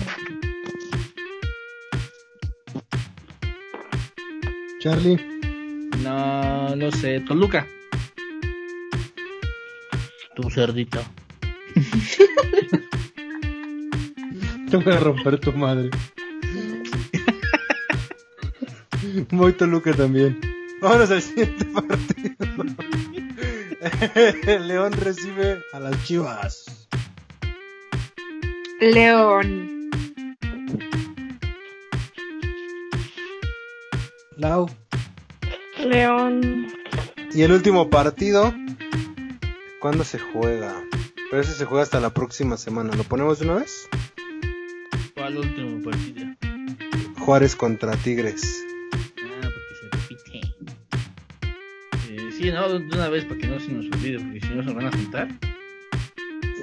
Charlie. No, no sé, Toluca. Tu cerdito. Te voy a romper tu madre. Voy Toluca también. Vámonos al siguiente partido. León recibe a las chivas. León. Lau. León. Y el último partido. ¿Cuándo se juega? Pero ese se juega hasta la próxima semana. ¿Lo ponemos de una vez? ¿Cuál último partido? Juárez contra Tigres. Ah, porque se repite. Eh, sí, no, de una vez para que no se nos olvide, porque si no se van a juntar.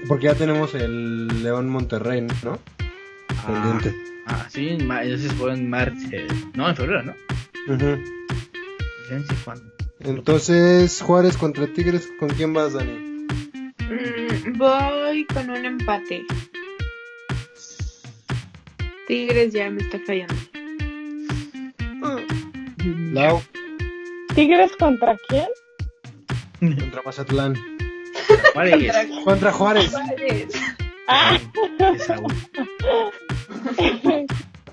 Porque ya tenemos el León Monterrey, ¿no? Pendiente. Ah, sí, en ma- ese fue en marzo. eh, No, en febrero, ¿no? Ah. Ujú. Ya ni sé cuándo. Entonces, Juárez contra Tigres, ¿con quién vas, Dani? Mm, voy con un empate. Tigres ya me está fallando. Lau. ¿Tigres contra quién? Contra Mazatlán. ¿Cuál es? Contra Juárez. Ah, Esa, güey.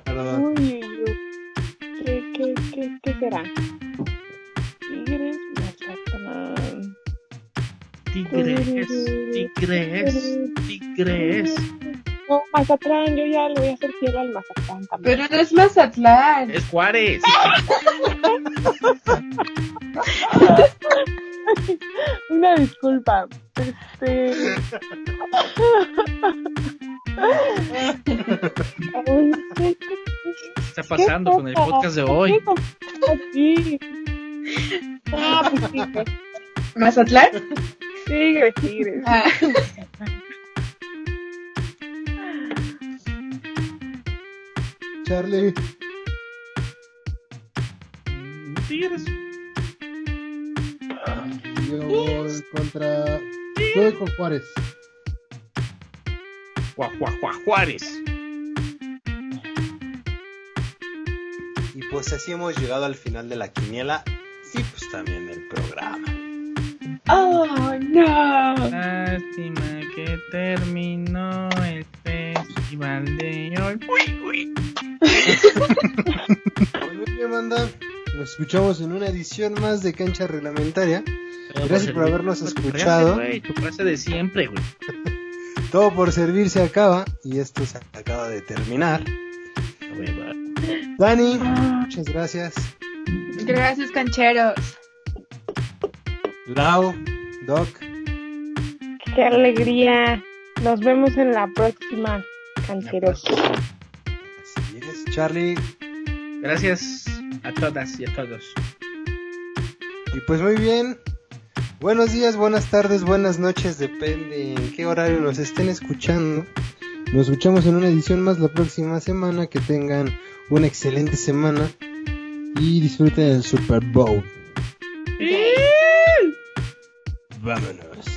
Perdón. uy, uy, uy. ¿Qué, qué, qué, qué será? Tigres, Mazatlán. Tigres, tigres, tigres. No, Mazatlán, yo ya le voy a hacer fiel al Mazatlán también. Pero no es Mazatlán. Es Juárez. Una disculpa. Este. Ay, ¿qué- qué- ¿Qué está pasando con el podcast de hoy? qué complicado aquí? Ah, pues tigres, ¿Mazatlán? tigres, tigres. Ah, Charlie. Mm, Tigres. Yo voy contra. Yo voy con Juárez. Juá, juá, juá, Juárez. Y pues así hemos llegado al final de la quiniela y pues también el programa. Oh, no. Lástima que terminó el festival de hoy. Pues muy bien, banda. Nos escuchamos en una edición más de Cancha Reglamentaria. Gracias por habernos escuchado. Güey, tu frase de siempre, güey. Todo por servir se acaba y esto se acaba de terminar. La hueva. Dani, muchas gracias. Gracias, cancheros. Lau, Doc, Qué alegría. Nos vemos en la próxima, cancheros. así es, Charlie. Gracias a todas y a todos. Y pues muy bien. Buenos días, buenas tardes, buenas noches, depende en qué horario nos estén escuchando. Nos escuchamos en una edición más la próxima semana. Que tengan una excelente semana y disfruten el Super Bowl. Vámonos.